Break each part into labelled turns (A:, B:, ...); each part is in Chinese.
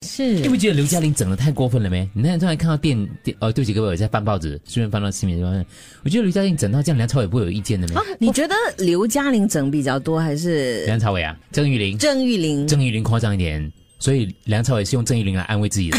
A: 你
B: 是
A: 不觉得刘嘉玲整的太过分了没？你那天突然看到电电哦，对不起各位，我在翻报纸，顺便翻到新闻方面，我觉得刘嘉玲整到这样，梁朝伟不会有意见的没？
C: 你觉得刘嘉玲整比较多还是
A: 梁朝伟啊，郑裕玲，
C: 郑玉玲？
A: 郑裕玲夸张一点。所以梁朝伟是用郑裕玲来安慰自己的，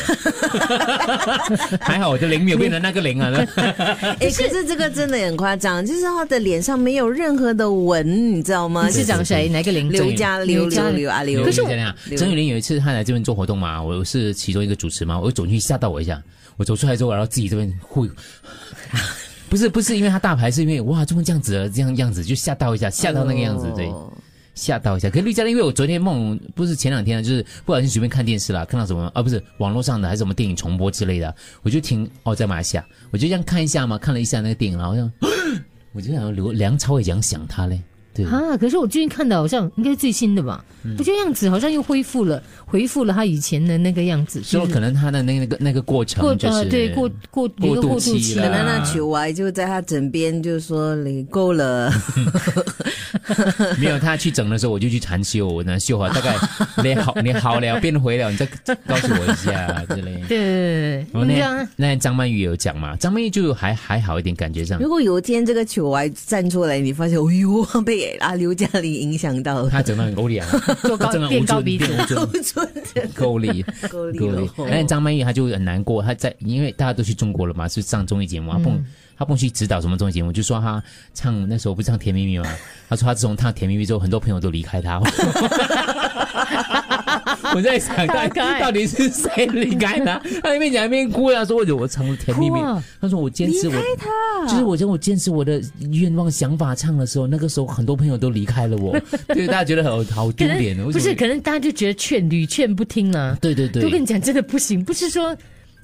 A: 还好我的玲没有变成那个玲啊。
C: 哎，可是这个真的很夸张，就是她的脸上没有任何的纹，你知道吗？
B: 是
C: 是
B: 讲谁？哪个零？
C: 刘嘉刘
B: 刘嘉
C: 刘刘啊刘，
A: 可是这样，
C: 刘
A: 郑裕玲有一次她来这边做活动嘛，我是其中一个主持嘛，我走进去吓到我一下，我走出来之后，然后自己这边会， 不是不是因为她大牌，是因为哇，怎么这样子了，这样样子就吓到一下，吓到那个样子，对，
C: 哦
A: 吓到一下。可是绿嘉玲，因为我昨天梦不是前两天啊，就是不小心随便看电视啦，看到什么啊，不是网络上的还是什么电影重播之类的，我就听哦，在马来西亚，我就这样看一下嘛，看了一下那个电影，然后像 我就想刘梁朝伟想想他嘞，对。
B: 啊！可是我最近看的好像应该是最新的吧？我觉得样子好像又恢复了，恢复了他以前的那个样子，
A: 所
B: 就
A: 以
B: 是
A: 可能他的那个那个那个过程
B: 过
A: 就是、
B: 呃对过过有一个
A: 过渡
B: 过渡
A: 期
B: 期
A: 啦
C: 可能那球歪就在她枕边，就说你够了。
A: 没有他去整的时候，我就去禅修，我能修好，大概你好你好了变回了，你再告诉我一下之类。
B: 对对
A: 然
B: 对，
A: 后哦那
B: 这
A: 天
B: 样
A: 那天张曼玉也有讲嘛，张曼玉就还还好一点，感觉上
C: 如果有一天这个球歪站出来，你发现，哎呦， 被啊刘嘉玲影响到了，
A: 她整到很欧力啊，
B: 做高
A: 她整到
B: 变高鼻子
A: 变欧 尊，够力
C: 够力
A: 够
C: 了
A: 力。
B: 哦
A: 那张曼玉她就很难过，她在因为大家都去中国了嘛，是上综艺节目，啊
B: 嗯
A: 她碰她碰去指导什么综艺节目，就说她唱那时候不是唱《甜蜜蜜》吗？ 她说她自从唱《甜蜜蜜》之后，很多朋友都离开她。 我在想，到
B: 大
A: 底
B: 概
A: 到底是谁离开他？他一边讲一边哭呀，说：“我我唱了甜蜜蜜
B: 哭啊。”
A: 他说：“我坚持我，就是我说我坚持我的愿望想法唱的时候，那个时候很多朋友都离开了 我，对大家觉得很好丢
B: 可能
A: 脸哦。为
B: 不
A: 什
B: 是，
A: 么
B: 可能大家就觉得劝屡劝不听啦。
A: 对对
B: 都跟
A: 对，
B: 你讲，真的不行，不是说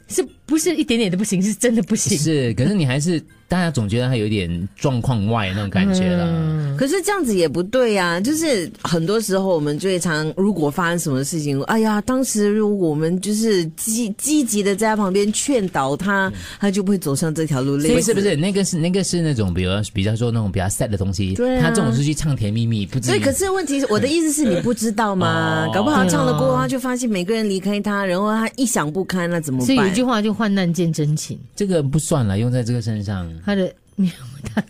B: 是不是一点点都不行，是真的不行。
A: 是，可是你还是大家总觉得他有一点状况外那种感觉啦。
B: 嗯
C: 可是这样子也不对呀、就是很多时候我们最常，如果发生什么事情，哎呀，当时如果我们就是积积极的在他旁边劝导他，他就不会走上这条路。类似
A: 不嗯是不是，那个是那个是那种，比如比较说那种比较 sad 的东西。
C: 对啊
A: 他这种是去唱甜蜜蜜，不至
C: 所以，
A: 于。
C: 可是问题是，我的意思是你不知道嘛，
A: 嗯 哦
C: 搞不好唱了
B: 对
C: 过后，
B: 啊
C: 他就发现每个人离开他，然后他一想不堪，那怎么办？
B: 所以有一句话就患难见真情，
A: 这个不算了，用在这个身上。
B: 他的他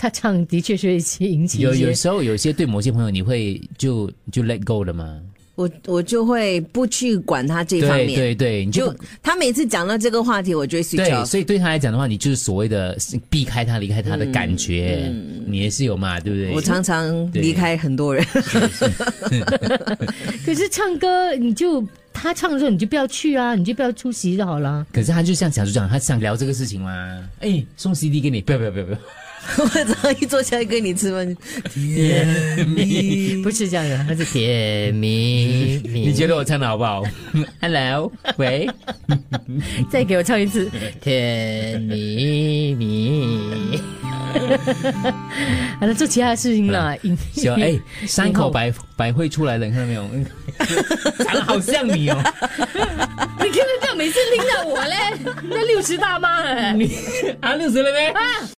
B: 他唱的确是会引起
A: 有
B: 一
A: 有
B: 些
A: 时候有些对某些朋友你会就就 let go 了嘛？
C: 我我就会不去管他这方
A: 对
C: 面。
A: 对对，你就
C: 就他每次讲到这个话题，我就会 switch
A: 对，
C: off。
A: 所以对他来讲的话，你就是所谓的是避开他、离开他的感觉，你也是有嘛，对不对？
C: 嗯我常常离开很 多人，
B: 可是唱歌你就他唱的时候你就不要去啊，你就不要出席就好了。
A: 可是他就像小组长，他想聊这个事情嘛？哎，送 CD 给你，不要不要不要不要，
C: 我早上一坐下来跟你吃饭，
B: 不是这样的，他是甜蜜蜜。
A: 你觉得我唱的好不好 ？Hello，喂，
B: 再给我唱一次
A: 哎
B: 甜蜜蜜。 好了，做其他的事情了。引
A: 小哎，山口
B: 以后
A: 百百惠出来了，你看到没 有？长得好像你哦。
B: 你 看得到每次拎到我嘞，那六十大妈哎。
A: 啊，六十了没？